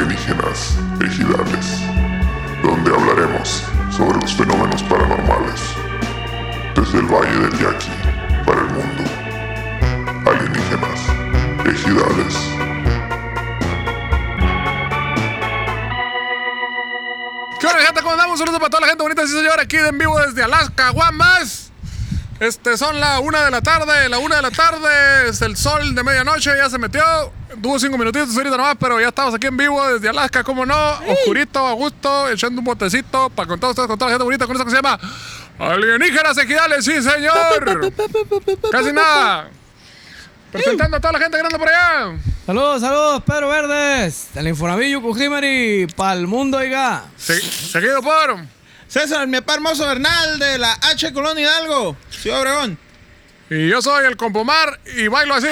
Leyendas Ejidales, donde hablaremos sobre los fenómenos paranormales desde el Valle del Yaqui para el mundo. Alienígenas, ejidales. ¿Qué hora, gente? ¿Cómo andamos? Un saludo para toda la gente bonita, sí señor, aquí en vivo desde Alaska, Guamas. Este, son la una de la tarde, la una de la tarde, es el sol de medianoche, ya se metió. Tuvo cinco minutitos ahorita nomás, pero ya estamos aquí en vivo desde Alaska, como no, oscurito, a gusto, echando un botecito para con todos ustedes, con toda la gente bonita, con eso que se llama Alienígenas Ejidales, sí señor. Casi nada. Presentando a toda la gente grande por allá. Saludos, saludos, Pedro Verdes, del Infonavillo Cujimari, pa'l mundo, oiga. Se- seguido por. César, mi papá hermoso Bernal de la H Colón Hidalgo, Ciudad Obregón. Y yo soy el Compomar y bailo así.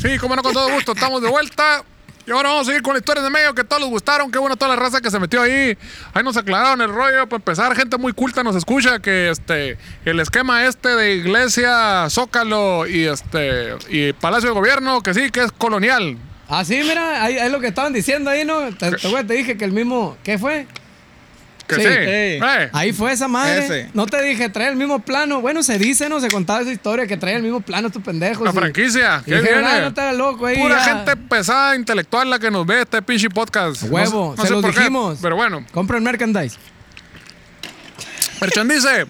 Sí, como no, con todo gusto, estamos de vuelta. Y ahora vamos a seguir con la historia de medio que todos les gustaron. Qué bueno toda la raza que se metió ahí. Ahí nos aclararon el rollo. Para empezar, gente muy culta nos escucha que este el esquema este de iglesia, zócalo y este y palacio de gobierno, que sí, que es colonial. Así, Ah, mira, ahí es lo que estaban diciendo ahí, ¿no? Te, te, güey, te dije que el mismo, ¿qué fue? Que sí. Sí, eh. Eh. Ahí fue esa madre. Ese. No te dije, trae el mismo plano. Bueno, se dice, ¿no? Se contaba esa historia que trae el mismo plano, estos pendejos. La y- franquicia. y ¿Qué pues, dijeron, viene? "Ay, no te hagas loco ahí. Pura ya". gente pesada, intelectual la que nos ve este pinche podcast. No Huevo, sé- no se sé los por qué, dijimos. pero bueno. Compren merchandise. Merchan dice,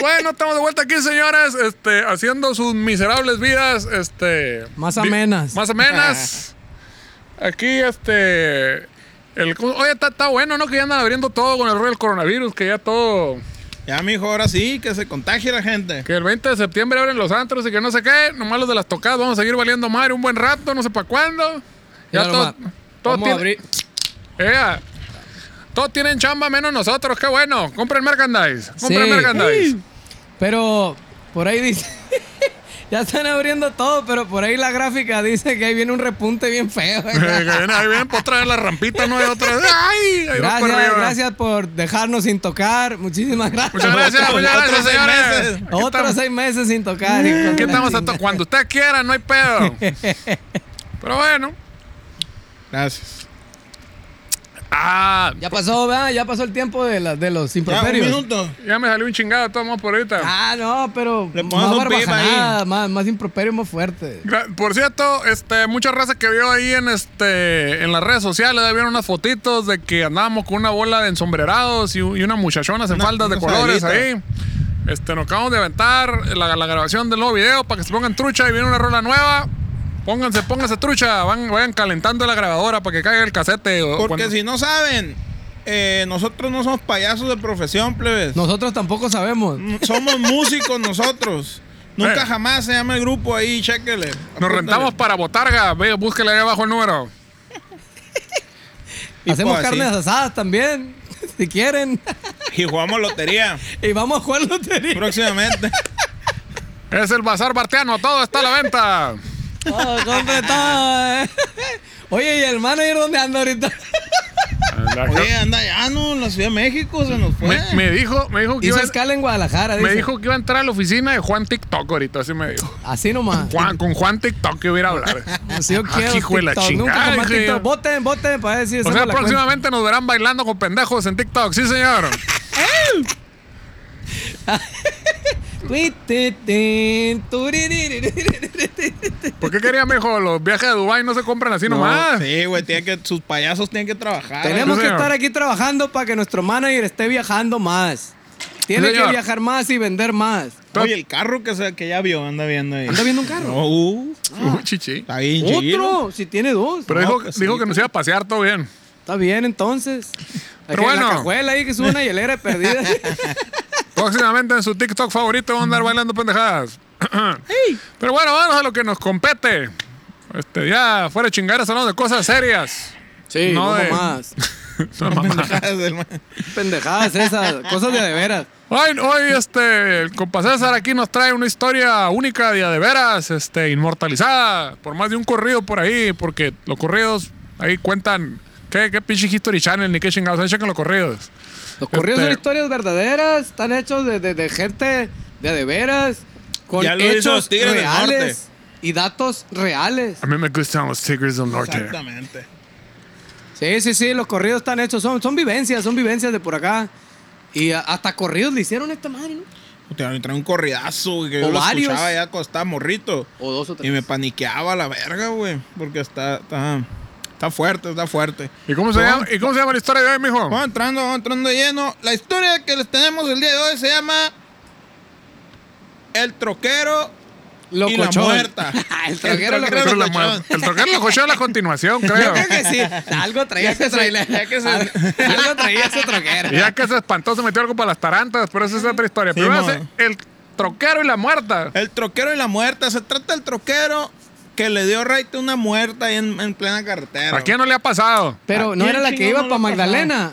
bueno, estamos de vuelta aquí, señores, este, haciendo sus miserables vidas, este... Más di- amenas. Ah. Más amenas. Aquí, este... El, oye, está, está bueno, ¿no? Que ya andan abriendo todo con el rollo del coronavirus, que ya todo... Ya, mijo, ahora sí, que se contagie la gente. Que el 20 de septiembre abren los antros y que no sé qué, nomás los de las tocadas, vamos a seguir valiendo madre un buen rato, no sé para cuándo. Ya Mira todo, nomás. todo Vamos a tiene- abrir. Ea, todos tienen chamba menos nosotros, qué bueno. Compren merchandise, compren Sí. merchandise. Pero por ahí dice. ya están abriendo todo, pero por ahí la gráfica dice que ahí viene un repunte bien feo. Eh, que viene- ahí vienen por traer la rampita, no hay otra. ¡Ay! Ahí va para Gracias, arriba. gracias por dejarnos sin tocar. Muchísimas gracias. Muchas gracias, muchas gracias, Otros seis señores. meses. Aquí Otros estamos- seis meses sin tocar. hijos de Aquí la estamos chingada. hasta cuando usted quiera, no hay pedo. Pero bueno. Gracias. Ah, Ya pasó, ¿verdad? Ya pasó el tiempo de, la- de los Ya, un improperios. minuto. ya me salió un chingado de todos modos por ahorita. Ah, no, pero Le más ponemos un pip ahí. barbajanada, más, más improperio, más fuerte. Gra- Por cierto, este, mucha raza que vio ahí en este en las redes sociales ahí vieron unas fotitos de que andábamos con una bola de ensombrerados y, y unas muchachonas en Una- faldas de unas colores ahí. abuelitas. Este, nos acabamos de aventar la, la grabación del nuevo video para que se pongan trucha y viene una rola nueva. Pónganse, pónganse trucha, van, vayan calentando la grabadora para que caiga el casete. o- Porque cuando- si no saben, eh, nosotros no somos payasos de profesión, plebes. Nosotros tampoco sabemos. Mm, Somos músicos nosotros. Nunca Eh. jamás se llama el grupo ahí, chéquele. Nos Apúntale. rentamos para Botarga, ve, búsquele ahí abajo el número. Y Hacemos pues, carnes así. asadas también, si quieren. Y jugamos lotería y vamos a jugar lotería. próximamente. Es el Bazar Barteano, todo está a la venta. Todo, compre todo, eh. Oye, ¿y el manager dónde anda ahorita? Oye, anda ya, no, en la Ciudad de México se nos fue. me, me dijo, me dijo que Hizo iba- escala en Guadalajara, dice. Me dijo que iba a entrar a la oficina de Juan TikTok ahorita, así me dijo. Así nomás. Juan, con Juan TikTok que hubiera a hablar. Si yo Ah, quiero hijo de la TikTok, chingada, nunca jamás dije TikTok. yo. Voten, voten para decir O hacemos sea, la cuenta. próximamente nos verán bailando con pendejos en TikTok, sí señor. Tui, ti, ti, tuririririri. ¿Por qué quería, mijo? Los viajes de Dubai no se compran así No, nomás. Sí, güey, tiene que, sus payasos tienen que trabajar. ah. Tenemos sí, que señor. estar aquí trabajando para que nuestro manager esté viajando más. Tiene Sí, que señor. viajar más y vender más. Oye, el carro que, se, que ya vio, anda viendo ahí. ¿Anda viendo un carro? Ah. No, uh, Uy, chichi. está bien, chiquillo. Otro, si tiene dos. Pero No, dijo, pues dijo sí, que nos iba a pasear todo bien. Está bien, entonces. Pero Aquí en bueno. La cajuela ahí que es una hielera perdida. Próximamente en su TikTok favorito van a andar bailando pendejadas. Pero bueno, vamos a lo que nos compete. Este, ya fuera de chingaras hablando de cosas serias. Sí, No, eh. no, de- más. No, mamá. Pendejadas esas, cosas de de veras. Hoy, hoy este, el compa César aquí nos trae una historia única de a de veras, este, inmortalizada, por más de un corrido por ahí, porque los corridos ahí cuentan, ¿qué, qué pinche History Channel ni qué chingados, ahí chequen los corridos. Los corridos Este- son historias verdaderas, están hechos de, de- de gente de a de veras, con Ya lo hizo hechos los Tigres del reales y datos reales. A mí me gustan los Tigres del Norte. Exactamente. Sí, sí, sí, los corridos están hechos, son, son vivencias, son vivencias de por acá. Y a- hasta corridos le hicieron a esta madre, ¿no? Te trae un corridazo, güey, que yo O lo varios. escuchaba ya cuando estaba morrito. O dos o tres. Y me paniqueaba la verga, güey. Porque está, está, está fuerte, está fuerte. ¿Y cómo, se Vamos- llama, ¿Y cómo se llama la historia de hoy, mijo? Vamos entrando, vamos entrando de lleno. La historia que les tenemos el día de hoy se llama El troquero y la Locochón. muerta. el troquero, troquero Pero locochón. la locochón. muer- el troquero lo cochó a la continuación, Yo creo. creo que sí. Algo traía ese trailer. Algo traía ese troquero. Y ya que se espantó, se metió algo para las tarantas, pero esa es otra historia. Sí, Primero mo. hace el troquero y la muerta. El troquero y la muerta. Se trata del troquero que le dio raite a una muerta ahí en, en plena carretera. ¿A quién no le ha pasado? Pero no ¿Quién era la que chingado iba no para lo pasaba? Magdalena.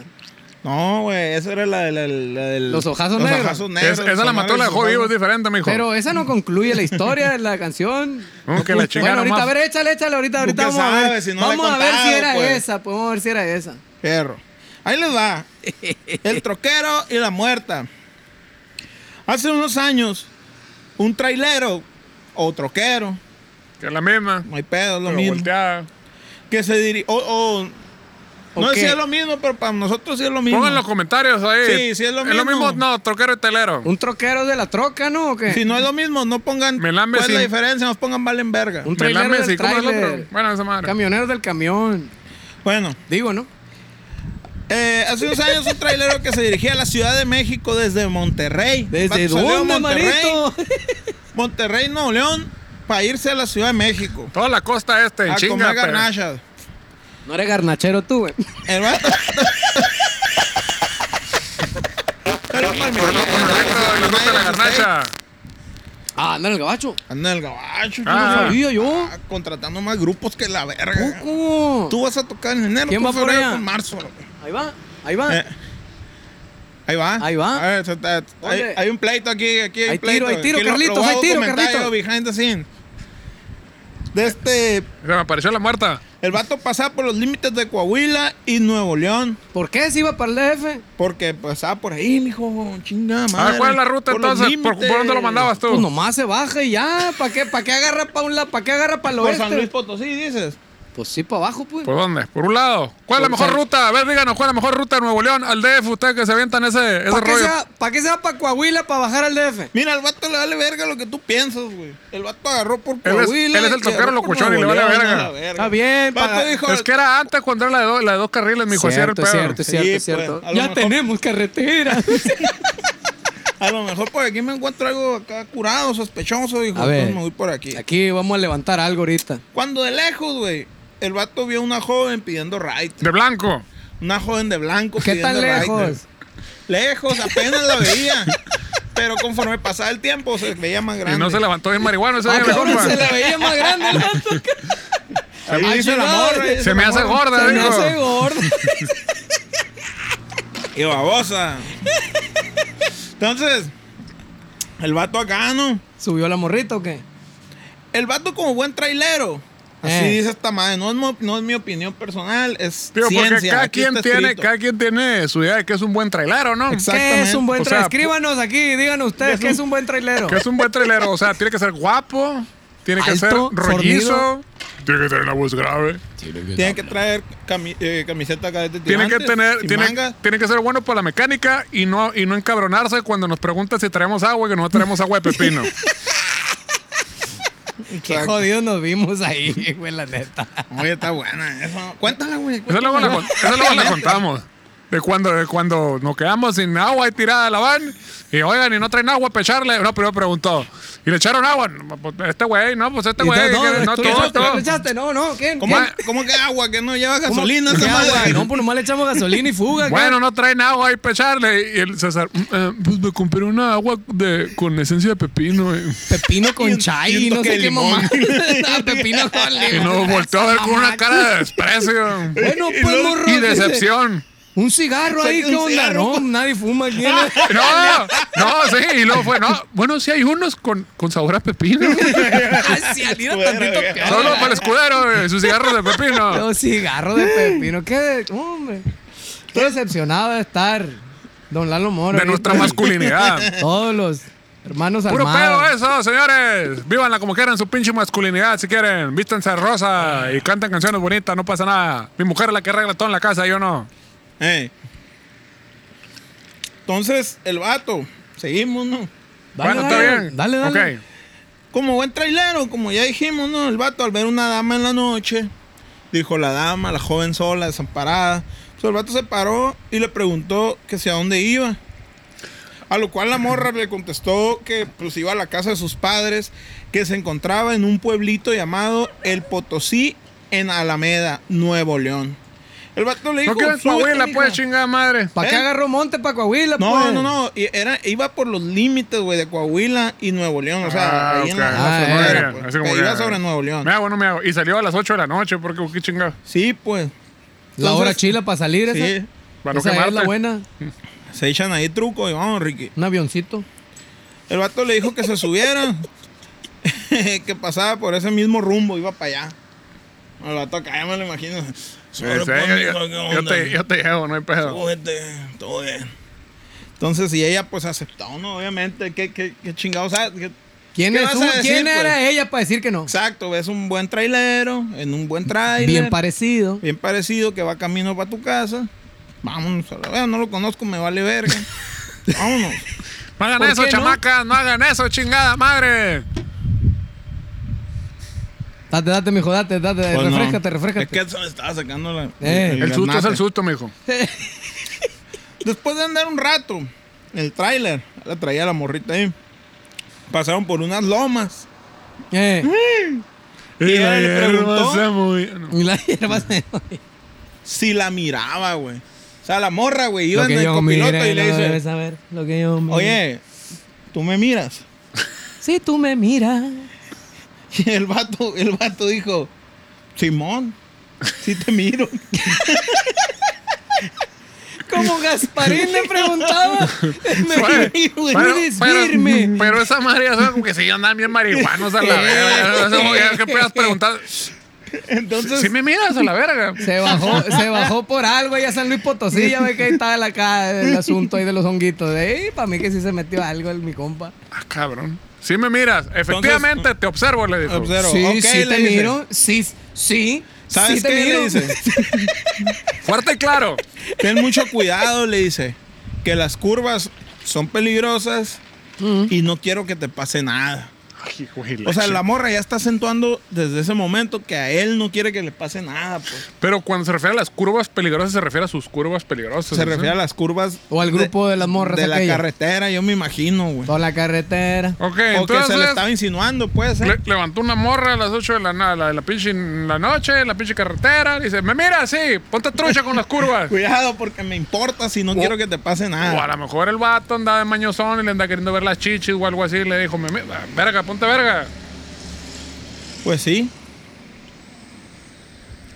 No, güey, esa era la de la, la del- Los ojazos negros. ojazos Es- esa la Sonora mató, la dejó Sonora. vivo, es diferente, mijo. Pero esa no concluye la historia de la canción. No, que la bueno, chingada ahorita, nomás. a ver, échale, échale, ahorita, Tú ahorita qué vamos a ver. sabes, si no la he vamos a ver si contado, era pues. esa, podemos ver si era esa. Perro. Ahí les va. El troquero y la muerta. Hace unos años, un trailero o troquero, Que es la misma. no hay pedo, es lo pero mismo. volteada. Que se diri O, o- no ¿O sé si qué? es lo mismo, pero para nosotros sí es lo mismo. Pongan los comentarios ahí. Sí, sí, es lo mismo. No, troquero y telero. ¿Un troquero de la troca, no? ¿O qué? Si no es lo mismo, no pongan Me lambe cuál es la sin- diferencia, nos pongan valen verga. Un Me trailero lame, del sí, ¿cómo es el otro? trailer. Bueno, esa madre. Camionero del camión. Bueno, Digo, ¿no? eh, hace unos años un trailero que se dirigía a la Ciudad de México desde Monterrey. ¿Desde Vato salió de dónde, manito? Monterrey, Nuevo León, para irse a la Ciudad de México. Toda la costa este, en a chinga. Ah, comer pero- garnachas. No eres garnachero tú, güey. El vato- Correcto, les gusta la garnacha. Ah, anda en el gabacho. Anda en el gabacho. Ah. yo no Sabía yo. sabía. Contratando más grupos que la verga. Poco. Tú vas a tocar en enero, ¿Quién tú va por febrero, allá? tú en marzo. güey. Ahí va, ahí va. Eh, Ahí va. Ahí va. A ver, se está- hay, ¿Dónde? hay un pleito aquí. aquí hay, Hay pleito. tiro, hay tiro, Aquí lo- lo Carlitos, voy a hay tiro, documentar Carlitos. yo behind the scene. De este. Se me apareció la muerta. El vato pasaba por los límites de Coahuila y Nuevo León. ¿Por qué se iba para el DF? Porque pasaba por ahí, mijo. Chingada A madre. ver, Ah, ¿cuál es la ruta Por los entonces? ¿Por, límites. por dónde lo mandabas tú? Pues nomás se baja y ya. ¿Para qué, para qué agarra para un lado? ¿Para qué agarra para el Por este San Luis oeste? Potosí, dices. Pues sí, para abajo, pues. ¿Por dónde? Por un lado. ¿Cuál es la Por mejor San- ruta? A ver, díganos, ¿cuál es la mejor ruta de Nuevo León al DF? Ustedes que se avientan ese, ese ¿Para qué, se rollo. va, ¿Para qué se va para Coahuila para bajar al DF? Mira, al vato le vale verga lo que tú piensas, güey. El vato agarró por es- Coahuila. él es el y troquero agarró por locochón y le Nuevo vale León, verga. a la Está bien, Vato paga- dijo, Es que era antes cuando era la de, do- la de dos carriles, mi hijo. así era el cierto, pedo. cierto, Sí, cierto, pues, cierto. a lo Ya mejor- tenemos carretera. a lo mejor por aquí me encuentro algo acá curado, sospechoso, dijo. A ver. entonces me voy por aquí. Aquí vamos a levantar algo ahorita. Cuando de lejos, güey, el vato vio una joven pidiendo right. De blanco. Una joven de blanco ¿Qué pidiendo tan ride, güey. lejos? Ah, Lejos, apenas la veía. Pero conforme pasaba el tiempo, se veía más grande. Y no se levantó bien marihuana ese Ah, día, cabrón, compa. se la veía más grande el vato. Ahí Ah, dice la chingado, morra, ahí se dice Se la me hace morra. gorda, Se me hace dijo. gordo. Y babosa. Entonces, el vato acá, ¿no? ¿Subió la morrita o qué? El vato como buen trailero. Así Eh. dice esta madre. No es, mo- no es mi opinión personal, es Digo, porque ciencia. cada Aquí quien, está tiene, escrito. cada quien tiene su idea de que es un buen trailero, ¿no? Exacto. ¿Qué Exactamente. es un buen O sea, trailero? Escríbanos aquí y díganos ustedes qué es un buen trailero. Que es un buen trailero. O sea, tiene que ser guapo, tiene que ser Alto, rollizo, fornido. tiene que tener una voz grave, Tiene que traer cami- eh, camiseta acá de tiene que tirantes, tener, sin tiene, manga. tiene que ser bueno por la mecánica y no, y no encabronarse cuando nos preguntan si traemos agua, que no traemos agua de pepino. Qué jodidos nos vimos ahí, güey, la neta. Oye, está buena eso. Cuéntala, güey. Esa luego la, con- esa luego la contamos. De cuando, de cuando nos quedamos sin agua y tirada la van. Y oigan, y no traen agua para echarle. No, pero preguntó. ¿Y le echaron agua? No, pues, Este güey, no, pues este Y güey. todo, que- todo, No, tú- todo, ¿tú lo todo. echaste? No, no, Pues, ¿quién? ¿Cómo, ¿Quién? ¿Cómo que agua? Que no lleva ¿Cómo? gasolina ¿Qué esa madre? agua? No, pues nomás le echamos gasolina y fuga. Bueno, no traen agua ahí para echarle. Y el César, "Mm, eh, pues me compré una agua de, con esencia de pepino. eh". Pepino con chai, y un no toque sé de qué limón. mamá. No, pepino con Y limón. nos volteó a ver con una cara de desprecio. Bueno, pues Y luego- morro. Y dice, decepción. Un cigarro ahí, Saca ¿qué un onda? cigarro. No, nadie fuma aquí. No, no, sí. Y luego fue, no. Bueno, sí hay unos con, con sabor a pepino. Así, al ir a tantito peor. Solo para el escudero, eh, sus cigarros de pepino. Los cigarros de pepino. Qué, de- hombre. Qué decepcionado de estar Don Lalo Moro. de nuestra masculinidad. Todos los Hermanos Puro pedo armados. eso, señores. Vívanla como quieran, su pinche masculinidad si quieren. Vístanse rosa y cantan canciones bonitas, no pasa nada. Mi mujer es la que arregla todo en la casa, yo no. Ey. Entonces, el vato, seguimos, ¿no? Dale, bueno, dale, está bien. Dale, dale. Ok. Como buen trailero, como ya dijimos, ¿no? El vato al ver una dama en la noche, dijo la dama, la joven sola, desamparada. Pues el vato se paró y le preguntó que si a dónde iba. A lo cual la morra le contestó que pues iba a la casa de sus padres, que se encontraba en un pueblito llamado El Potosí, en Alameda, Nuevo León. El vato le dijo... No quieren "Súbete, Coahuila, mija". pues, chingada madre. ¿Para qué ¿Eh? agarró monte para Coahuila? No, pues? no, no. y Era, iba por los límites, güey, de Coahuila y Nuevo León. O sea, Ah, ahí en la, ok. la Ah, frontera, era, pues. así como Que que- iba sobre Nuevo León. Me hago, no me hago. Y salió a las 8 de la noche, porque qué chingado. Sí, pues. La hora Entonces, chila para salir esa. Sí. Para no esa es la quemarte. buena. Se echan ahí truco y vamos, Ricky. Un avioncito. El vato le dijo que se subiera. que pasaba por ese mismo rumbo, iba para allá. El vato acá ya me lo imagino. Sí, Sobre sí, por yo, mí, ¿qué yo onda? te, yo te llevo, no hay pedo. Súbete, todo bien. Entonces, y ella pues aceptó, ¿no? Obviamente, qué, qué, qué chingados. o sea, qué- ¿Quién, ¿qué es vas un- a decir, ¿quién pues? era ella para decir que no? Exacto, es un buen trailero, en un buen trailer. Bien parecido. bien parecido que va camino para tu casa. Vámonos a la verga, no lo conozco, me vale verga. Vámonos. No hagan ¿Por eso, qué no? chamacas, no hagan eso, chingada madre. Date, date, mijo, date, date. Pues no. refrescate, refrescate. Es que se me estaba sacando la. Eh. El, susto es garnate. el susto, mijo. Después de andar un rato, el tráiler, la traía la morrita ahí. Pasaron por unas lomas. Eh, Y ella le preguntó- se movió. No. y la hierba se- Si la miraba, güey. O sea, la morra, güey, iba Lo en que el yo copiloto mire, y le no debes dice: saber lo que yo mire. Oye, tú me miras. Si tú me miras. Y el vato, el vato dijo: Simón, sí te miro. Como Gasparín le preguntaba. Fue- me miro, pero- ¿Puedes pero- verme? Pero esa madre ya sabe como que sí andan bien marihuanos a la verga. Es como que, ¿Qué pedas preguntar? Entonces, Si me miras a la verga. Se bajó, se bajó por algo allá a San Luis Potosí, ya ve que ahí estaba la ca- el asunto ahí de los honguitos. De, para mí que sí se metió algo el mi compa. Ah, cabrón. Si me miras, efectivamente te observo, le dijo. observo. sí, Ok, sí le te dice. miro, sí, sí, sí ¿Sabes te qué? miro. Le dice: Fuerte y claro. Ten mucho cuidado, le dice. Que las curvas son peligrosas y no quiero que te pase nada. Ay, güey, la O sea, chi- la morra ya está acentuando desde ese momento que a él no quiere que le pase nada, pues. Pero cuando se refiere a las curvas peligrosas, se refiere a sus curvas peligrosas. Se ¿no? refiere a las curvas. O al grupo de las morras De la aquellas. carretera, yo me imagino, güey. Toda la carretera. Ok, O que se le entonces estaba insinuando, pues, ¿eh? puede ser. le- levantó una morra a las 8 de la, na- la, la pinche en la noche, en la pinche carretera. Dice, me mira, sí, ponte trucha con las curvas. Cuidado, porque me importa si no quiero que te pase O a nada. lo mejor el vato andaba de mañozón y le anda queriendo ver las chichis o algo así. Y le dijo, me mira, verga, ponte verga. Pues sí.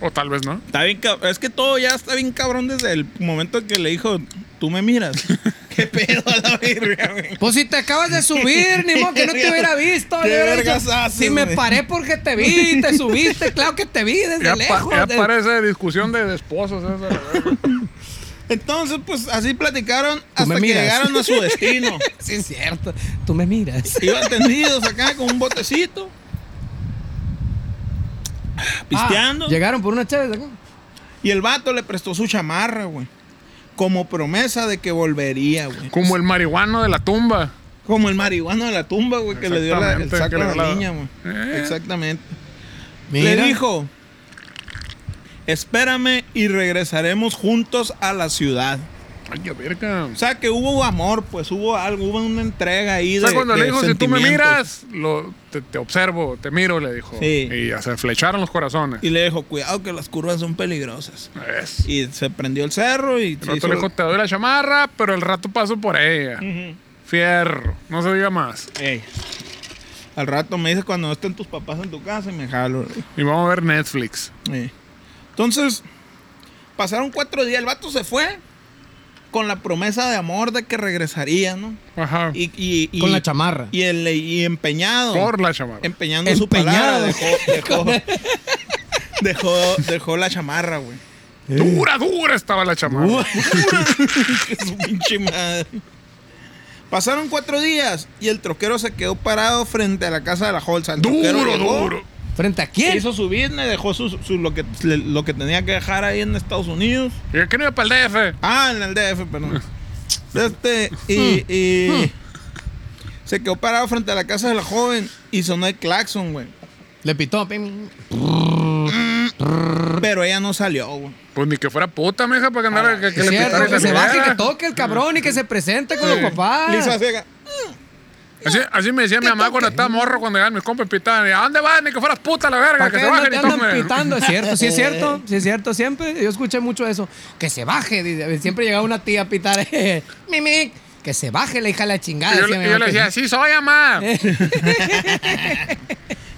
O tal vez no. Está bien cab- Es que todo ya está bien cabrón desde el momento que le dijo, tú me miras. Qué pedo a la verga, güey. Pues si te acabas de subir, ni modo que no te hubiera visto. Qué le hubiera dicho, vergas haces, si me güey". paré porque te vi, te subiste, claro que te vi desde Ya, pa- lejos. ya de- parece discusión de de esposos. esa, la verga. Entonces, pues así platicaron hasta me que miras. llegaron a su destino. Sí, es cierto. Tú me miras. Iban tendidos acá con un botecito. Pisteando. Ah, llegaron por una chévere acá. y el vato le prestó su chamarra, güey. Como promesa de que volvería, güey. Como el marihuano de la tumba. Como el marihuano de la tumba, güey, que le dio la- el Exactamente, saco que le a dio la la- niña, güey. Eh. Exactamente. Le Mira. dijo, espérame y regresaremos juntos a la ciudad. Ay, ya, verga. O sea, que hubo amor, pues hubo algo, hubo una entrega ahí O sea, de cuando de le dijo, si tú me sentimientos". miras, lo, te, te observo, te miro, le dijo. Sí. Y ya se flecharon los corazones. Y le dijo, cuidado que las curvas son peligrosas. Es. Y se prendió el cerro y... El se otro hizo- le dijo, te doy la chamarra, pero el rato paso por ella. Mm. Fierro. No se diga más. Ey. Al rato me dice cuando no estén tus papás en tu casa y me jalo. Y vamos a ver Netflix. Ey. Entonces, pasaron cuatro días. El vato se fue con la promesa de amor de que regresaría, ¿no? Ajá. Y, y- y- Con la chamarra. Y, el, y empeñado. por la chamarra. Em, Empeñando su palabra. Empeñado. Dejó, dejó, dejó, dejó la chamarra, güey. Eh. Dura, dura estaba la chamarra. Su pinche madre. Pasaron cuatro días y el troquero se quedó parado frente a la casa de la Holsa. El troquero Duro, llegó, duro. ¿Frente a quién? Hizo su business, dejó su, su- lo, que, lo que tenía que dejar ahí en Estados Unidos. ¿Y el que no iba para el DF? Ah, en el DF, perdón. Este, Hmm. y, y se quedó parado frente a la casa de la joven y sonó el claxon, güey. Le pitó. pim. Pero ella no salió, güey. Pues ni que fuera puta, mija, para que andara que, que Ah, Es le cierto, pitara y que se baje, que saliera. toque el cabrón y que se presente con los papás. Le Ah. hizo así acá. Así, así me decía mi mamá cuando estaba morro, cuando llegaban mis compas pitaban. ¿A dónde vas? Ni que fueras puta la verga, ¿Para que qué se no bajen te y andan tomen. pitando? Es cierto, sí es cierto, sí es cierto, siempre. Yo escuché mucho eso. Que se baje, dice, siempre llegaba una tía a pitar. eh, Mimic, que se baje la hija de la chingada. Y yo, decía mi y yo mamá le que- decía, sí soy, mamá.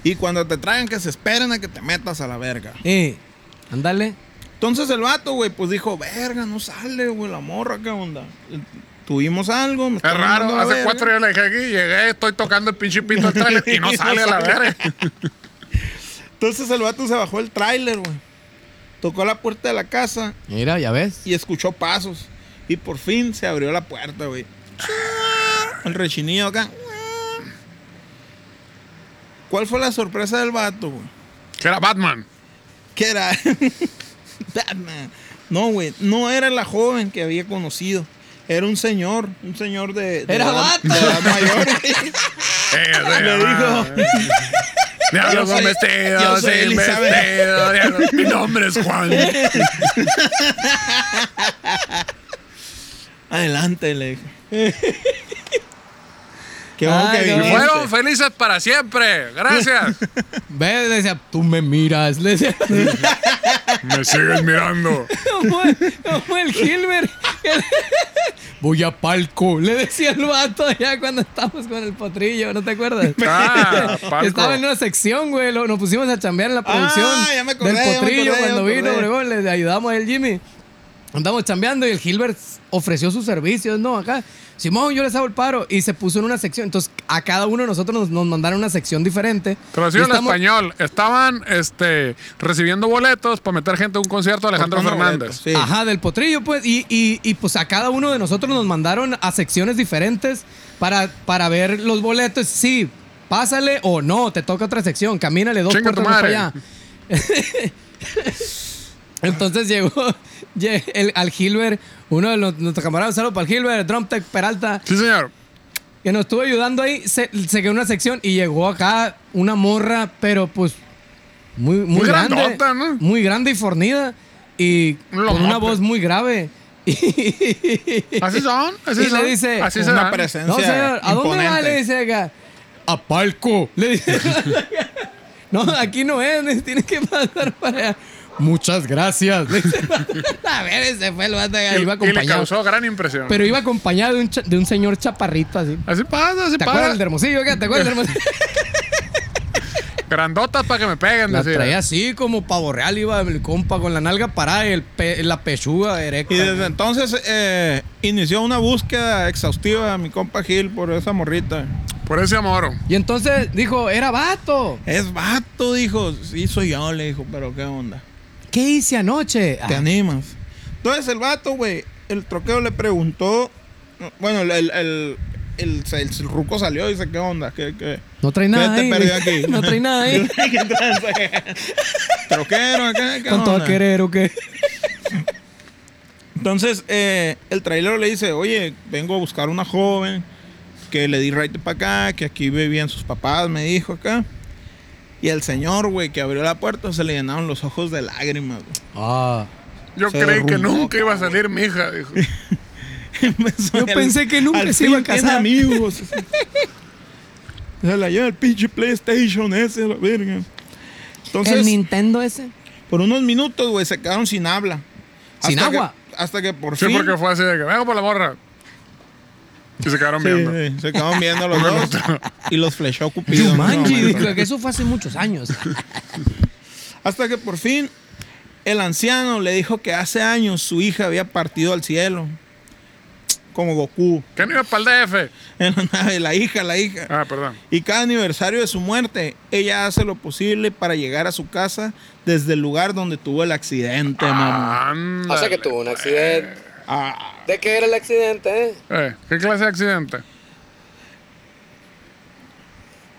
Y cuando te traigan, que se esperen a que te metas a la verga. Eh, ándale. Entonces el vato, güey, pues dijo, verga, no sale, güey, la morra, ¿qué onda? Eh, Tuvimos algo, me Es están raro, mandando a la hace verga. cuatro días le dije aquí, llegué, estoy tocando el pinche pito al trailer y no Y no sale a la sale. verga. Entonces el vato se bajó el tráiler, güey. Tocó la puerta de la casa Mira, ya ves. y escuchó pasos. Y por fin se abrió la puerta, güey. El rechinillo acá. ¿Cuál fue la sorpresa del vato, güey? Que era Batman. Que era. Batman. No, güey. No era la joven que había conocido. Era un señor. Un señor de. de Era edad- vato. de edad mayor, güey. Eh, Le dijo. Diablo Yo con soy- yo vestido, soy sin Elizabeth. vestido. diablo. Mi nombre es Juan. Adelante, le dije. Qué bueno Ay, que no. viniste. Fueron felices para siempre. Gracias. Ve, le decía, tú me miras. Le decía, Me sigues mirando. como, como el Gilbert. Voy a palco. Le decía el vato ya cuando estábamos con el potrillo, ¿no te acuerdas? Ah, palco. Estaba en una sección, güey. lo- nos pusimos a chambear en la producción Ah, ya me acordé, del ya me potrillo acordé, ya me cuando vino, acordé. Obregón, Le ayudamos a él, Jimmy. Andamos chambeando y el Gilbert ofreció sus servicios, ¿no? Acá. Simón, yo les hago el paro. Y se puso en una sección. Entonces, a cada uno de nosotros nos, nos mandaron una sección diferente. Traducido Y al estamos- español, estaban este, recibiendo boletos para meter gente a un concierto de Alejandro Cortando Fernández. boletos, sí. Ajá, del potrillo, pues. Y, y- y, pues a cada uno de nosotros nos mandaron a secciones diferentes para, para ver los boletos. Sí, pásale o no, te toca otra sección. Camínale dos Chinga puertas tu más para madre. allá. Entonces llegó lle- el- al Hilbert, uno de los- nuestros camaradas, saludos para el Hilbert, Drumtech Peralta, Sí, señor. que nos estuvo ayudando ahí. Se, se quedó en una sección y llegó acá una morra, pero pues muy, muy, Muy grande. grandota, ¿no? Muy grande y fornida. Y Un con una lomote. voz muy grave. Así son, así Y le son. dice, así se una dan. presen- No, señor, ¿a dónde va? imponente. Le dice acá. A palco. Le dice. no, aquí no es, tienes que pasar para allá. Muchas gracias. Le dice, a ver, ese fue el vato que iba Y, y le acompañado. causó gran impresión. Pero iba acompañado de un, cha- de un señor chaparrito así. así pasa, así ¿Te acuerdas del de pasa. Hermosillo? acá? ¿Te acuerdas del Hermosillo? Grandotas para que me peguen. La decía. traía así como pavo real, iba el compa con la nalga parada y el pe- la pechuga erecta. Y desde entonces eh, inició una búsqueda exhaustiva mi compa Gil por esa morrita. Por ese amor. Y entonces dijo, era vato. Es vato, dijo. Sí, soy yo, le dijo, pero qué onda. ¿Qué hice anoche? ¿Te Ah, animas? Entonces el vato, güey, el troqueo le preguntó. Bueno, el, el, el, el- el- el ruco salió y dice, ¿qué onda? ¿Qué, qué? no trae ¿Qué nada te ahí. perdió aquí? no trae nada eh. ahí. ¿Qué tranza? Troquero acá, ¿qué Con todo onda? querer o qué. Entonces, eh, el trailero le dice, oye, vengo a buscar una joven que le di right para acá, que aquí vivían sus papás, me dijo acá. Y el señor, güey, que abrió la puerta, se le llenaron los ojos de lágrimas, güey. Ah. Yo Se creí que derrumbó, nunca iba a salir mi hija, dijo. Empezó Yo el- pensé que nunca "Al se iba a fin tiene casar". amigos. se la lleva el pinche PlayStation ese, la verga. Entonces, el Nintendo ese. por unos minutos, güey, se quedaron sin habla. ¿Sin Hasta que- agua? hasta que por Sí, fin... porque fue así de que vengo por la morra. Y se quedaron Sí, viendo. sí, se quedaron viendo los dos y los flechó Cupido. Yumanji, No, no, no. dijo que eso fue hace muchos años. Hasta que por fin el anciano le dijo que hace años su hija había partido al cielo. Como Goku. ¿Qué no iba para el DF? En la nave, la hija, la hija. Ah, perdón. Y cada aniversario de su muerte, ella hace lo posible para llegar a su casa desde el lugar donde tuvo el accidente, mamá. Ándale. O pues. sea que tuvo un accidente. Ah, ¿De qué era el accidente? eh? Eh, ¿Qué clase de accidente?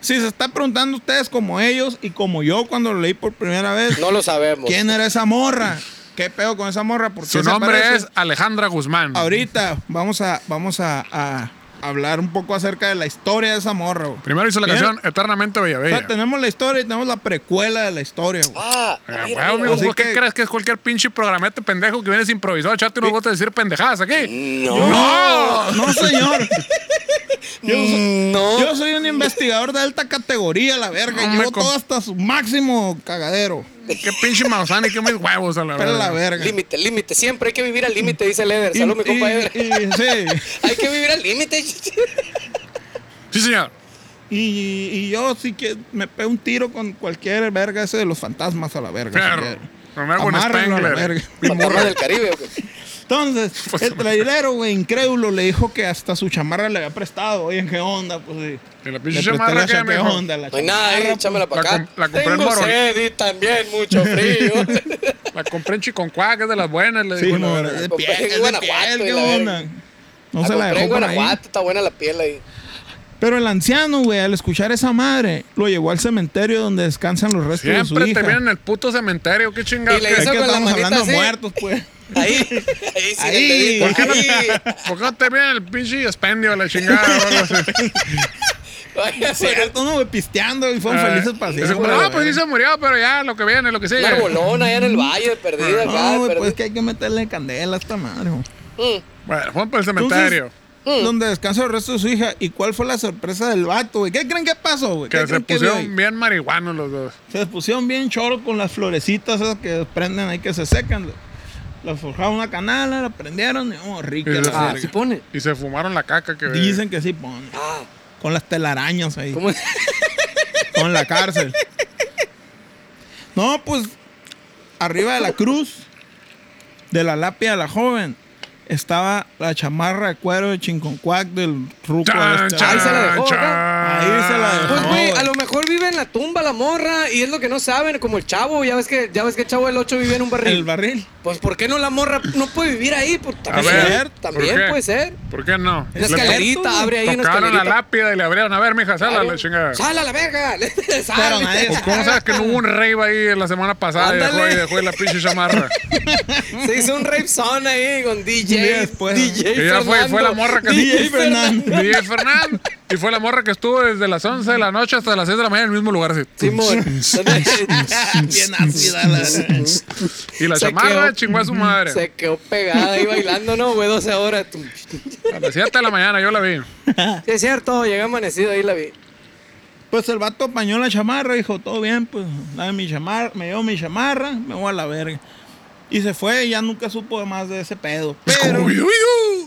Si se está preguntando ustedes como ellos y como yo cuando lo leí por primera vez, No pues. lo sabemos. ¿quién era esa morra? ¿Qué pedo con esa morra? ¿Por qué Su se nombre aparece? es Alejandra Guzmán. Ahorita vamos a, vamos a, a hablar un poco acerca de la historia de esa morra. güey. Primero hizo la Bien. canción Eternamente Bella ¿Eh? O Bella. sea, tenemos la historia y tenemos la precuela de la historia. güey. Ah, Ah, mira, huevo, mira. amigo, Así ¿por qué que- crees que es cualquier pinche programete pendejo que vienes improvisado a echarte unos botes a decir pendejadas aquí? No. No, no, señor. Yo soy, No. yo soy un investigador de alta categoría, la verga. No me Llevo com- todo hasta su máximo cagadero. Qué pinche mausana y qué mis huevos a la Pero la verdad. verga. Límite, límite. Siempre hay que vivir al límite, dice Leder. Salud, mi compa Eder. y, sí. Hay que vivir al límite. Sí, señor. Y- y yo sí que me pego un tiro con cualquier verga ese de los fantasmas a la verga. si Perro. quiere. Romero con Amárrenlo a la Spengler. verga. Fantasma del Caribe. güey. Entonces, Pues, el trailero, güey, incrédulo, le dijo que hasta su chamarra le había prestado. Oye, ¿en qué onda? Pues sí. Que la Le pinche presté chamarra la que cha- me ¿Qué dijo. onda? La No hay nada, chamarra, pues, eh, échamela para la acá. com- la compré en Tengo Morón. sed y también mucho frío. La compré en Chiconcuá, que es de las buenas. Le Sí, digo, eh, no, la de verga. Compré piel, en es de Guanajuato, piel, y ¿qué la onda? verga. No se la compré en dejó por ahí. Guanajuato, está buena la piel ahí. Pero el anciano, güey, al escuchar esa madre, lo llevó al cementerio donde descansan los restos de su Siempre hija. te vienen en el puto cementerio, qué chingada. Y le que- Es hizo que con la estamos manita hablando de así. muertos, pues. Ahí, ahí sí. Ahí. ahí. ¿Por qué no? ahí. ¿Por qué no te viene el pinche expendio a la chingada? o algo así? Oye, pero Cierto, no, güey, pisteando y fueron Eh, felices para dice, siempre. No, güey. pues sí se murió, pero ya lo que viene, lo que sigue. Un arbolón allá en el valle, perdida acá. No, güey, perdida. pues es que hay que meterle candela a esta madre, güey. Mm. Bueno, fueron por el cementerio. Mm. Donde descansa el resto de su hija. ¿Y cuál fue la sorpresa del vato, güey? ¿Qué creen que pasó, güey? ¿Qué que se creen vio ahí? pusieron bien marihuanos los dos. Se pusieron bien choro con las florecitas esas que prenden ahí que se secan. Las forjaron una canala, la prendieron y oh, rica Y la la- Ah, verga. sí pone. Y se fumaron la caca que Dicen que sí pone. Ah, Con las telarañas ahí. ¿Cómo? Con la cárcel. No, pues arriba de la cruz de la lápida de la joven estaba la chamarra de cuero de chinconcuac del ruco. Chan, este. chan, Ahí se la dejó, chan. Ahí se la dejó. Pues, No, güey, a güey. lo mejor vive en la tumba la morra y es lo que no saben, como el chavo. Ya ves que, ya ves que el chavo del 8 vive en un barril. El Ah, barril. Pues, ¿por qué no la morra no puede vivir ahí? Pues, también ver, también ¿por qué? puede ser. ¿Por qué no? Una Le escalerita, abre ahí una Tocaron la escalerita. lápida y le abrieron. A ver, mija, sal a la chingada. ¡Sal a la verga! Pero ¡Sal! nadie- Pues, ¿Cómo sabes que no hubo un rave ahí la semana pasada y dejó, Ándale. y dejó ahí la pinche chamarra? Se hizo un rape song ahí con Un día DJ. después. DJ Que ya fue- Fernando. fue la morra que- DJ Fernando. DJ Fernán. Y fue la morra que estuvo desde las 11 de la noche hasta las 6 de la mañana en el mismo lugar. así. Simón. Bien ácida la Y la Se chamarra quedó. chingó a su madre. se quedó pegada ahí bailando, ¿no? Güey, 12 horas. Tum. A las 7 de la mañana yo la vi. Sí, es cierto, llegué amanecido ahí la vi. Pues el vato apañó la chamarra, dijo, todo bien, pues dame mi chamarra, me llevo mi chamarra, me voy a la verga. Y se fue y ya nunca supo más de ese pedo. Pero,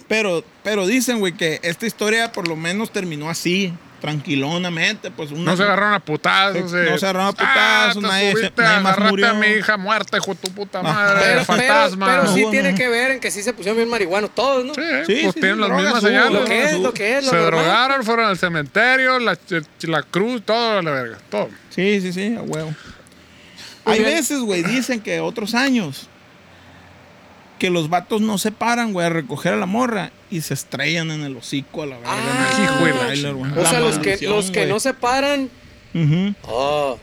pero, pero dicen, güey, que esta historia por lo menos terminó así, tranquilonamente, pues una- No se agarraron a putazos. No eh. se agarraron a putazos, te nadie se- subiste, nadie más agarraste murió. a mi hija muerta, hijo de tu puta Ajá. madre. Pero, pero, fantasma. pero sí No, tiene no. que ver en que sí se pusieron bien marihuanos todos, ¿no? Sí, Sí, pues sí, tienen sí, las drogas mismas hubo, señales. Lo drogas que es, Azul. lo que es, lo Se normal. drogaron, fueron al cementerio, la, la cruz, todo, la verga, todo. Sí, sí, sí, a huevo. Muy Hay bien. veces, güey, dicen que otros años que los vatos no se paran, güey, a recoger a la morra y se estrellan en el hocico a la verga. Ah, en el hijo de la trailer, güey. O La sea, los que, maldición, los que güey. no se paran. Ujú. Oh.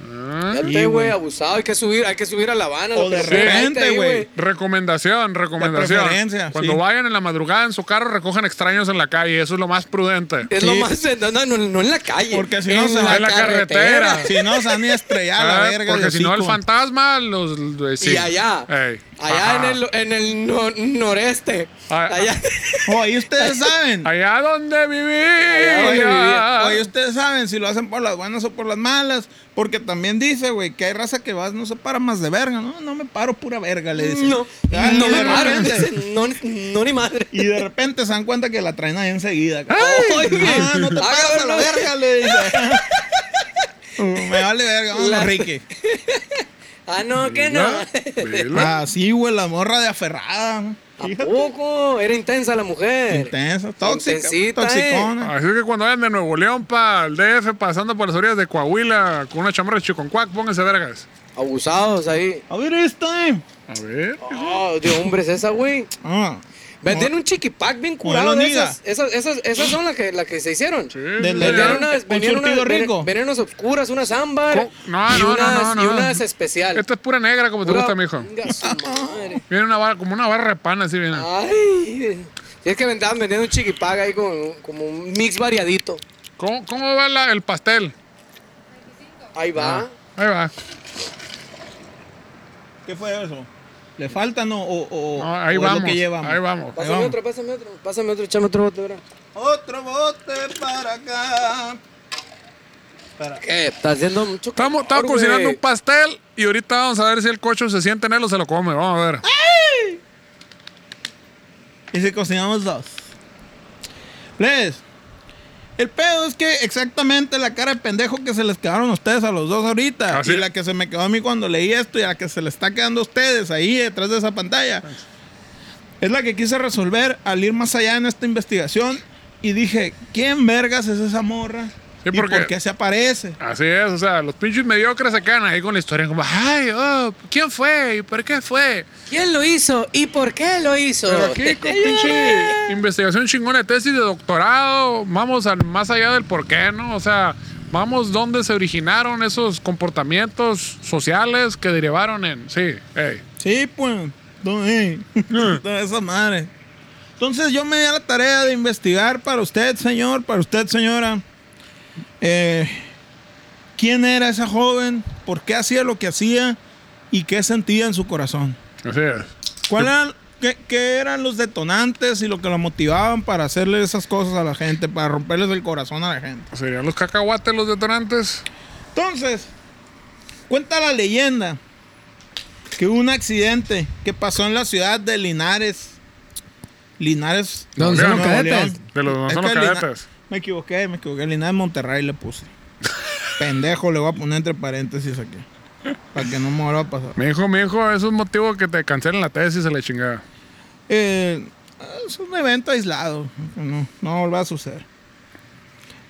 Ya Sí, te, güey. güey, eh, abusado. Hay que subir, hay que subir a La Habana. O lo que de se mete repente, ahí, güey. Recomendación, De recomendación. preferencia, Cuando sí. vayan en la madrugada en su carro, recojan extraños en la calle. Eso es lo más prudente. Es lo Sí. más. No, no, no, no en la calle. Porque si no se va en la carretera. Si no, se van a ir a estrellar a la Ah, verga. Porque el si no, el hocico. fantasma los. eh, sí. Y allá. Ey, Allá en ajá. el, en el no- noreste. Ah, Allá. Oh, ahí ustedes saben. Allá donde donde vivía. Oye, ustedes saben si lo hacen por las buenas o por las malas. Porque también dice, güey, que hay raza que vas, no se para más de verga. No, no me paro pura verga, le dicen. No, Ah, no y me de paro. repente- dicen, No, no, ni madre. Y de repente se dan cuenta que la traen ahí enseguida. cabrón. Ay, ah, no te haga paras a la verlo. verga, le dice. me vale verga, vamos La- Ricky. Ah, no, que no. Vela, vela. Ah, sí, güey, la morra de aferrada. ¿no? ¿A Fíjate. poco? Era intensa la mujer. Intensa, tóxica, Intensita, eh. toxicona. Así que cuando vayan de Nuevo León para el DF, pasando por las orillas de Coahuila con una chamarra de chiconcuac, pónganse vergas. Abusados ahí. A ver esta. eh. A ver. Ah, Oh, de hombres esa, güey. Ah, Vendían un chiquipack bien curado. Modelo de Niga. Esas, esas, esas, esas son las que, las que se hicieron. Del- sí, del- Vendían ya. unas, Un vendían unas, surtido ven- rico. eh, venían unas obscuras, unas ámbar Co- Oh, no, no, y, no, unas, no, no. y unas especial. Esta es pura negra, como te Pura- gusta, mijo. Venga, su madre. Viene una barra, como una barra de pan, así viene. Ah. Ay. Y es que me andaban vendiendo un chiquipac ahí con, como un mix variadito. ¿Cómo, cómo va la- el pastel? Ahí va. Ahí va. ¿Qué fue eso? ¿Le falta no? ¿O, o- No, ahí, o es vamos, lo que llevamos? ahí vamos. Pásame vamos. otro, pásame otro. Pásame otro, échame otro bote, ahora. Otro bote para acá. Para- ¿Qué? Está haciendo mucho Estamos, estamos calor, cocinando güey. un pastel y ahorita vamos a ver si el cocho se siente en él o se lo come. Vamos a ver. Y si cocinamos dos. Les. El pedo es que exactamente la cara de pendejo que se les quedaron a ustedes a los dos ahorita. Ah, sí. Y la que se me quedó a mí cuando leí esto y la que se le está quedando a ustedes ahí detrás de esa pantalla. Es la que quise resolver al ir más allá en esta investigación. Y dije, ¿quién vergas es esa morra? Sí, ¿Y porque- por qué se aparece? Así es, o sea, los pinches mediocres se quedan ahí con la historia como, ay, oh, ¿quién fue? ¿Y por qué fue? ¿Quién lo hizo? ¿Y por qué lo hizo? Pero aquí con pinche investigación chingona de tesis de doctorado, vamos al más allá del por qué, ¿no? O sea, vamos dónde se originaron esos comportamientos sociales que derivaron en. Sí, ey. Sí, pues. no, eh. Toda esa madre. Entonces yo me di a la tarea de investigar para usted, señor, para usted, señora. eh, ¿Quién era esa joven? ¿Por qué hacía lo que hacía? ¿Y qué sentía en su corazón? Así es. ¿Cuál eran, qué, qué eran los detonantes y lo que la motivaban para hacerle esas cosas a la gente, para romperles el corazón a la gente? ¿Serían los cacahuates los detonantes? Entonces, cuenta la leyenda que hubo un accidente que pasó en la ciudad de Linares. Linares. ¿Dónde son los Nuevo cadetes? León. De los donde Es son que los Lina- cadetes. Me equivoqué, me equivoqué. Linares Monterrey le puse. Pendejo, le voy a poner entre paréntesis aquí. Para que no me vuelva a pasar. Mi hijo, mi hijo, eso es motivo que te cancelen la tesis a la chingada. Eh, es un evento aislado. No, no volverá a suceder.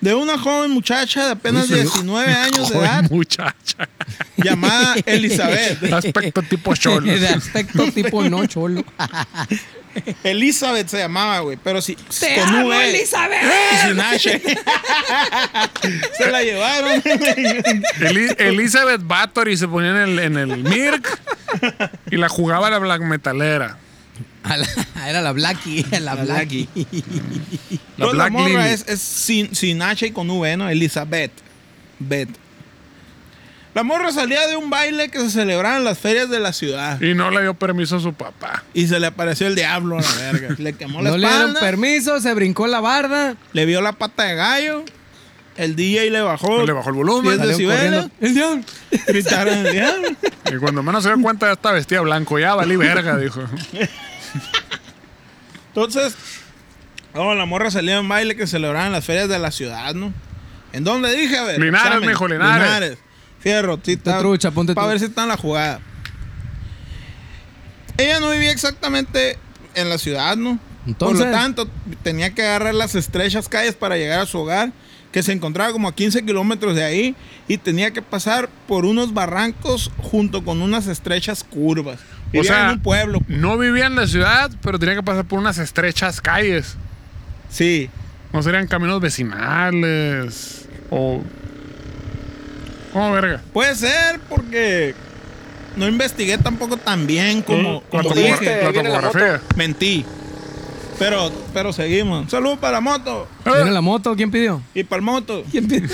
De una joven muchacha de apenas 19 años de Joder, edad, muchacha. llamada Elizabeth. Aspecto tipo cholo. De aspecto tipo no cholo. Elizabeth se llamaba, güey, pero si con eh. V y sin H. se la llevaron. Eli- Elizabeth Bathory se ponía en el, en el Mirk y la jugaba la black metalera. A la- Ah, era la Blackie, la, Blackie. La Entonces, Black Lily. morra es, es sin, sin H y con V, ¿no? Elizabeth. Bet. La morra salía de un baile que se celebraba en las ferias de la ciudad. Y no le dio permiso a su papá. Y se le apareció el diablo a la verga. Le quemó la No le dieron espalda. Le, permiso, se brincó la barda. vio la pata de gallo. El DJ le bajó. Le bajó el volumen. salieron 10 decibeles. corriendo. El diablo. Gritaron el diablo. Y cuando menos se dio cuenta ya estaba vestida blanco. Ya valí verga, dijo. Entonces, no, la morra salía en baile que celebraban las ferias de la ciudad, ¿no? ¿En dónde dije? A ver. Linares, mijo, Linares. Fierro, sí, está- trucha, ponte Para trucha. ver si está en la jugada. Ella no vivía exactamente en la ciudad, ¿no? Por Entonces. lo tanto, tenía que agarrar las estrechas calles para llegar a su hogar, que se encontraba como a 15 kilómetros de ahí, y tenía que pasar por unos barrancos junto con unas estrechas curvas. O Vivía sea, en un pueblo. no vivía en la ciudad, pero tenía que pasar por unas estrechas calles. Sí. No serían caminos vecinales o... ¿Cómo verga? Puede ser porque no investigué tampoco tan bien como, La como tú topogra- dije. dijiste, la viene la topografía. Mentí. Pero, pero seguimos. Salud para la moto Viene la moto, ¿quién pidió? y para el moto. Ah. ¿Quién pidió?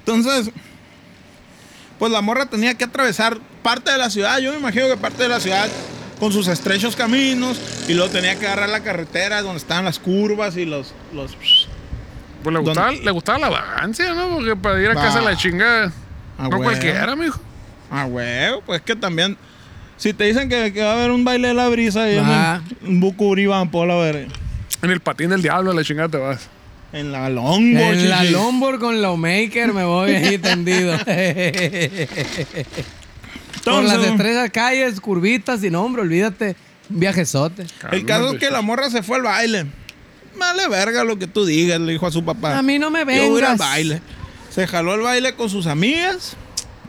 Entonces, pues la morra tenía que atravesar parte de la ciudad. Yo me imagino que parte de la ciudad con sus estrechos caminos y luego tenía que agarrar la carretera donde estaban las curvas y los... los Pues le gustaba, le gustaba la vagancia, ¿no? Porque para ir a casa a la Bah. chingada. Ah, no huevo. cualquiera, mijo. Ah, huevo, pues que también... Si te dicen que, que va a haber un baile de la brisa ahí en Ah. un- un Bucuri Vampola, a ver... En el patín del diablo a la chingada te vas. En la Longboard. En la chichi. Lombor con Lawmaker me voy ahí tendido. Por las Entonces, estrellas calles, curvitas, sin nombre, olvídate. Un viajezote. El caso es que la Cálmate. morra se fue al baile. Vale verga lo que tú digas, le dijo a su papá. Ah. A mí no me Yo voy a ir al vengas. baile. Se jaló al baile con sus amigas.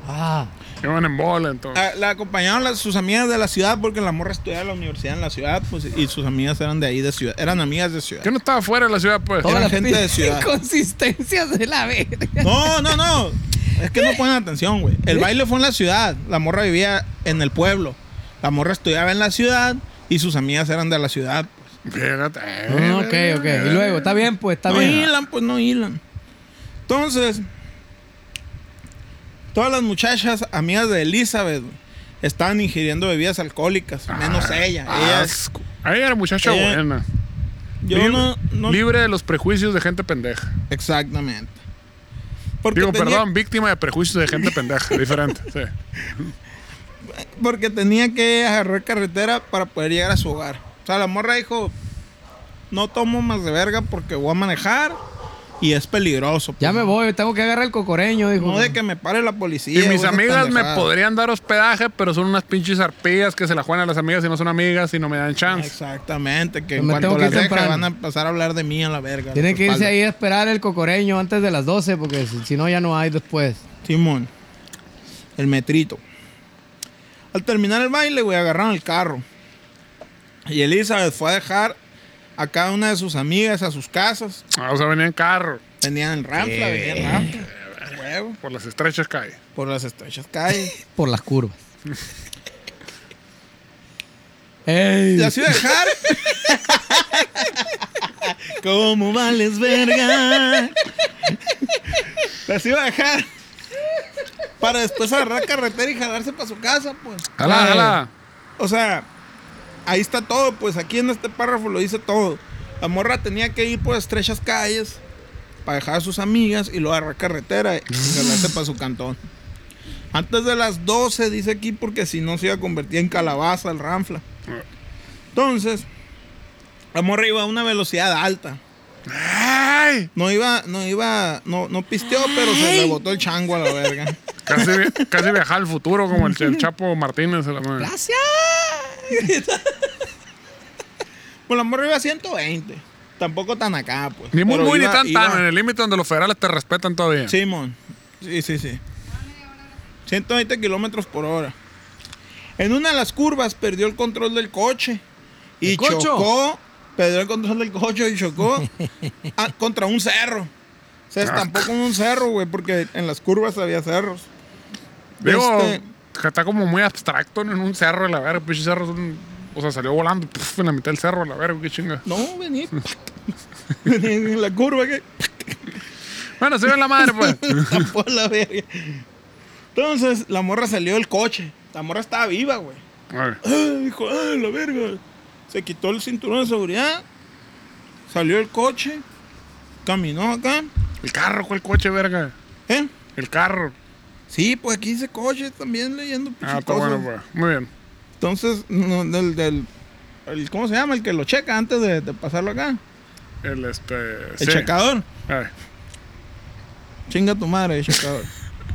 Ah, Iban en bola, entonces. Ah, La, la acompañaron las- sus amigas de la ciudad porque la morra estudiaba en la universidad en la ciudad pues, y sus amigas eran de ahí de ciudad, eran amigas de ciudad. ¿Qué no estaba fuera de la ciudad, pues? Toda Todas las la gente de ciudad. inconsistencias de la verga. No, no, no. Es que no ponen atención, güey. El baile fue en la ciudad. La morra vivía en el pueblo. La morra estudiaba en la ciudad y sus amigas eran de la ciudad. pues. Fíjate. eh, Ah, ok, ok. Y luego, está bien, pues, está no bien. hilan, pues no hilan. Entonces, todas las muchachas amigas de Elizabeth güey, estaban ingiriendo bebidas alcohólicas, menos Ah, ella. Ella- asco. Ahí era muchacha Ella- buena. yo libre, no, no- libre de los prejuicios de gente pendeja. Exactamente. Porque Digo, tenía- perdón, víctima de prejuicios de gente pendeja. Diferente, sí. porque tenía que agarrar carretera para poder llegar a su hogar. O sea, la morra dijo, no tomo más de verga porque voy a manejar y es peligroso. Ya pues. me voy, tengo que agarrar el cocoreño, dijo. No de que me pare la policía. Y mis güey, esas amigas me pendejadas. podrían dar hospedaje, pero son unas pinches arpías que se la juegan a las amigas y no son amigas y no me dan chance. Exactamente, que en Me tengo cuanto que las ir deje temprano. van a empezar a hablar de mí a la verga. Tiene a su que irse espalda. ahí a esperar el cocoreño antes de las 12, porque si, si no, ya no hay después. Simón, el metrito. Al terminar el baile, güey, agarraron el carro. Y Elizabeth fue a dejar a cada una de sus amigas a sus casas. Ah, o sea, venía en carro Venían en rampla, venían en rampla. Huevo. por las estrechas calles. Por las estrechas calles. Por las curvas. ¡Ey! Las iba a dejar. ¿Cómo vales verga? Las iba a dejar. Para después agarrar carretera y jalarse para su casa, pues. Jala, Ay. jala. O sea, ahí está todo, pues aquí en este párrafo lo dice todo. La morra tenía que ir por estrechas calles para dejar a sus amigas y luego agarrar carretera y Mm. jalarse para su cantón. Antes de las 12, dice aquí, porque si no se iba a convertir en calabaza el ranfla. Entonces, la morra iba a una velocidad alta. ¡Ay! No iba, no iba, no, no pisteó, pero se le botó el chango a la verga. Casi, vi- casi viajar al futuro como el, el Chapo Martínez. a la madre. ¡Gracias! Pues la morra iba a 120. Tampoco tan acá, pues. Ni muy, Pero muy, ni iba- tan, iba- tan. En el límite donde los federales te respetan todavía. Simón. Sí, sí, sí. 120 kilómetros por hora. En una de las curvas perdió el control del coche. Y ¿El cocho? chocó. Perdió el control del coche y chocó a- contra un cerro. Se estampó con un cerro, güey, porque en las curvas había cerros. Digo, Este- que está como muy abstracto en un cerro, a la verga. Pinche cerro es un- O sea, salió volando puf, en la mitad del cerro, a la verga, qué chinga. No, venía. venía en la curva que Bueno, se ve la madre, pues. tampó la verga. Entonces, la morra salió del coche. La morra estaba viva, güey. Ay, ¡Ah! Dijo, ¡ah, la verga! Se quitó el cinturón de seguridad, salió el coche, caminó acá, El carro, ¿cuál coche, verga? ¿eh? El carro. Sí, pues aquí dice coche también leyendo Ah, pinches está cosas. bueno, pues. Muy bien. Entonces, no, del, del- el- ¿cómo se llama? El que lo checa antes de, de pasarlo acá. El este. El checador. Ay. Chinga tu madre, el checador.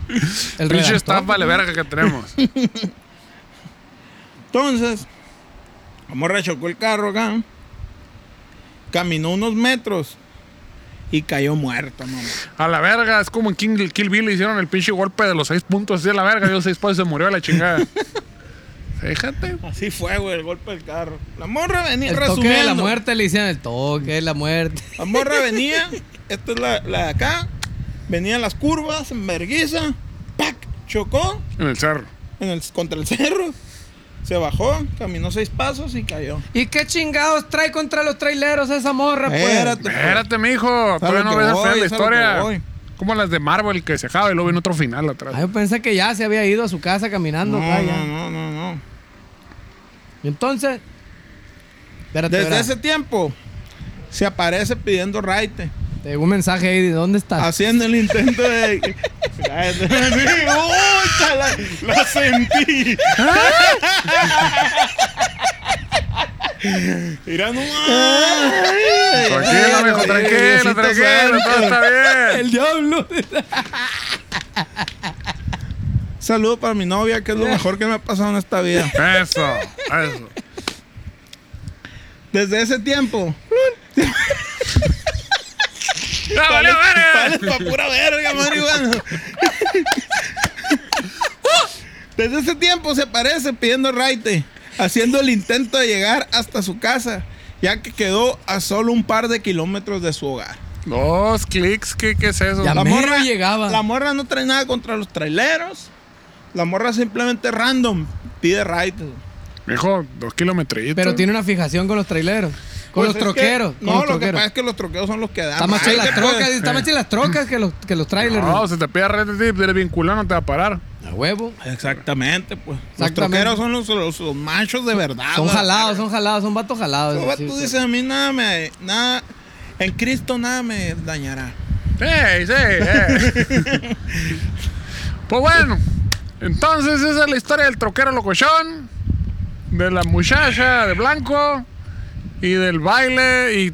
El Pinche redactor. staff vale verga que tenemos. Entonces, la morra chocó el carro acá, caminó unos metros y cayó muerta, mamá. A la verga, es como en King, Kill Bill hicieron el pinche golpe de los seis puntos así a la verga, dio seis puntos y se murió a la chingada. Fíjate. Así fue, güey, el golpe del carro. La morra venía El toque resumiendo. de la muerte le hicieron el toque de la muerte. La morra venía, esta es la, la de acá, venían las curvas, en verguiza, ¡pac! Chocó En el cerro. en el, contra el cerro, se bajó, caminó seis pasos y cayó. ¿Y qué chingados trae contra los traileros esa morra, pues? Espérate, pues. Espérate, mijo. Todavía lo no que ves el voy, final de la es a lo que historia. voy. Como las de Marvel que se acaba y luego viene otro final atrás. Ah, yo pensé que ya se había ido a su casa caminando. No, acá, ya. no, no, no, no. Y entonces. Espérate, Desde espérate. ese tiempo se aparece pidiendo raite. Te llegó un mensaje ahí de dónde estás. Haciendo el intento de. Cállate. Sí, ¡oh, chala! ¡La sentí! Mira nomás. Tranquilo, mijo, Sí, tranquilo, Diosito tranquilo, santo. todo está bien. diablo. Saludo para mi novia, que es lo mejor que me ha pasado en esta vida. Eso, eso. Desde ese tiempo. ¡Ya valió verga! Para pura verga, Mario. Desde ese tiempo se aparece pidiendo raite, haciendo el intento de llegar hasta su casa, ya que quedó a solo un par de kilómetros de su hogar. Dos clics, ¿qué, qué es eso? Ya La mero morra llegaba. La morra no trae nada contra los traileros. La morra simplemente random pide raites. Viejo, dos kilometritos. Pero tiene una fijación con los traileros. Con Pues los es que- troqueros. con no, los lo que troqueros. pasa es que los troqueros son los que dan. Está más chidas raite, las pues. trocas, está más chidas las trocas que los, que los trailers. No, si te pide red tip, eres bien culón, no te va a parar. A huevo. Exactamente, pues. Los Exactamente. troqueros son los, los- los machos de verdad. Son güey. jalados, son jalados, son vatos jalados. Los sí, Ah, vatos sí. dicen, a mí nada me... Nada, en Cristo nada me dañará. ¡Ey, sí! eh. pues bueno, entonces esa es la historia del troquero locochón, de la muchacha de blanco y del baile y,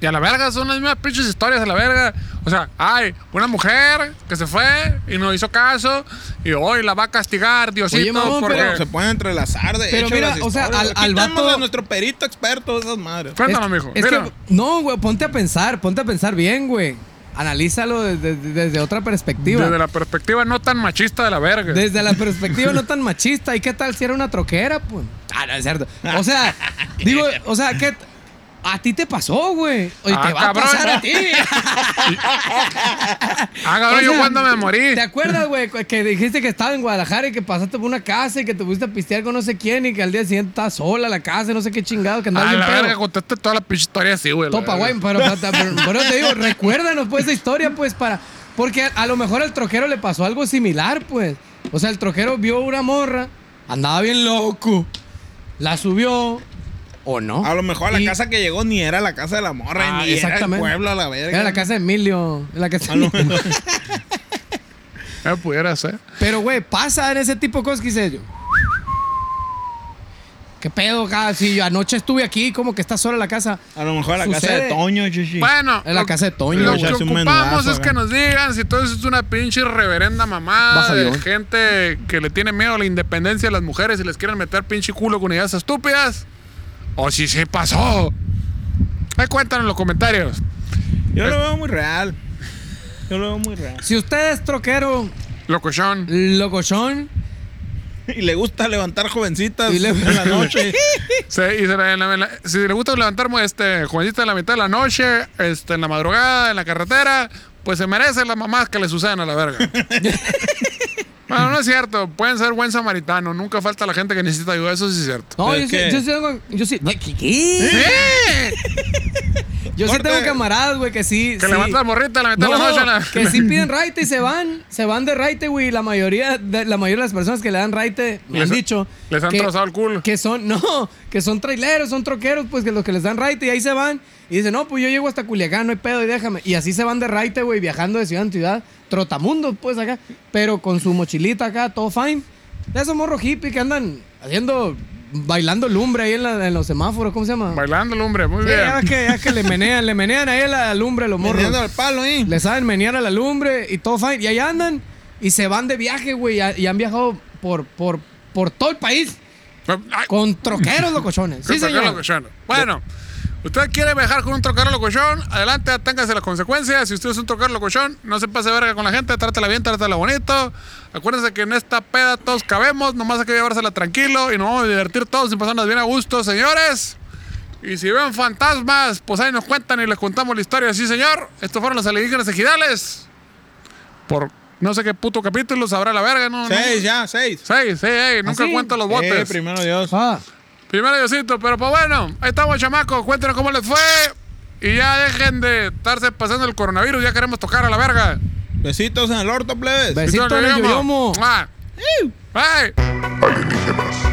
y a la verga, son las mismas pinches historias a la verga. O sea, hay una mujer que se fue y no hizo caso y hoy la va a castigar Diosito mamón, porque... Pero se pueden entrelazar de Pero hecho, mira, las o sea, historias. al- Aquí al tenemos vato- a nuestro perito experto de esas madres. Cuéntanos, Es- mijo. es Mira. que- no, güey, ponte a pensar, ponte a pensar bien, güey. Analízalo desde, desde- desde otra perspectiva. Desde la perspectiva no tan machista de la verga. Desde la perspectiva no tan machista, ¿y qué tal si era una troquera, pues? Ah, no, es cierto. O sea, digo, o sea, que a ti te pasó, güey. Oye, Ah, te va cabrón. a pasar a ti. Ah, cabrón, O yo sea, cuando me morí. ¿Te acuerdas, güey, cu- que dijiste que estaba en Guadalajara y que pasaste por una casa y que te fuiste a pistear con no sé quién y que al día siguiente estabas sola la casa, no sé qué chingado, que andabas A bien Ah, la pedo? verga, contaste toda la pinche historia así, güey. la Topa, verga. güey, pero, pero- pero- pero te digo, recuérdanos pues esa historia, pues, para. Porque a, a lo mejor al troquero le pasó algo similar, pues. O sea, el troquero vio una morra, andaba bien loco, la subió, o no. Ah, A lo mejor la Y- casa que llegó ni era la casa de la morra, Ah, ni era el exactamente. pueblo a la verga. Era la casa de Emilio. era la casa de A Ah, lo Emilio. mejor. Eh, pudiera ser. Pero, güey, pasa en ese tipo de cosas que hice yo. ¿Qué pedo, acá? Si yo anoche estuve aquí, como que está sola la casa. A lo mejor la casa Sucede. de Toño, chichi. Bueno. En la lo- casa de Toño, Ah, Lo güey. que Hace un ocupamos menudazo, es que acá. nos digan si todo eso es una pinche reverenda mamada Baja de avión. gente que le tiene miedo a la independencia de las mujeres y les quieren meter pinche culo con ideas estúpidas. O si se pasó. Ahí cuéntanos en los comentarios. Yo lo veo muy real. Yo lo veo muy real. Si usted es troquero, Locochón. locochón, Y le gusta levantar jovencitas Y le- en la noche. Se- y se la- en la- en la- si le gusta levantar este, jovencita en la mitad de la noche, este, en la madrugada, en la carretera, pues se merecen las mamás que le suceden a la verga. bueno, no es cierto. Pueden ser buen samaritano. Nunca falta la gente que necesita ayuda. Eso sí es cierto. No, ¿Pero yo sí, qué? yo sí tengo. Yo sí. ¿Qué? Yo sí Corte. tengo camaradas, güey, que sí. Que sí. levanta la morrita a la mitad No, de la noche. a la- que sí piden raite y se van. Se van de raite, güey. La mayoría, de, la mayoría de las personas que le dan raite me Les- han dicho. les han que- trozado el culo. Que son, no, que son traileros, son troqueros, pues que los que les dan raite y ahí se van. Y dicen, no, pues yo llego hasta Culiacán, no hay pedo y déjame. Y así se van de raite, güey, viajando de ciudad en ciudad. Trotamundo, pues acá. Pero con su mochilita acá, todo fine. De esos morros hippie que andan haciendo. Bailando lumbre ahí en, la- en los semáforos, ¿cómo se llama? Bailando el hombre. Muy Sí, bien. ya ves que, ya ves que le menean, le menean ahí a la lumbre los morros. Mordiendo al palo, ¿eh? Le saben menear a la lumbre y todo fine. Y ahí andan y se van de viaje, güey. y ha- Y han viajado por, por, por todo el país Ay, con troqueros locochones. qué Sí, troquero señor. locochón. Bueno. Usted quiere viajar con un troquero locochón, adelante, aténgase las consecuencias. Si usted es un troquero locochón, no se pase verga con la gente, trátala bien, trátala bonito. Acuérdense que en esta peda todos cabemos, nomás hay que llevársela tranquilo y nos vamos a divertir todos y pasarnos bien a gusto, señores. Y si ven fantasmas, pues ahí nos cuentan y les contamos la historia. Sí, señor. Estos fueron los alienígenas ejidales. Por no sé qué puto capítulo, sabrá la verga, ¿no? no Seis, ya, seis. Sí, sí, ey, nunca ¿Así? cuento los botes. Eh, primero Dios. Ah, Primero Diosito, pero pues bueno, ahí estamos, chamacos. Cuéntenos cómo les fue. Y ya dejen de estarse pasando el coronavirus, ya queremos tocar a la verga. Besitos en el orto, plebes. Besito en el Nos vemos. yoyomo. ¡Mua! ¡Ay! alienígenas.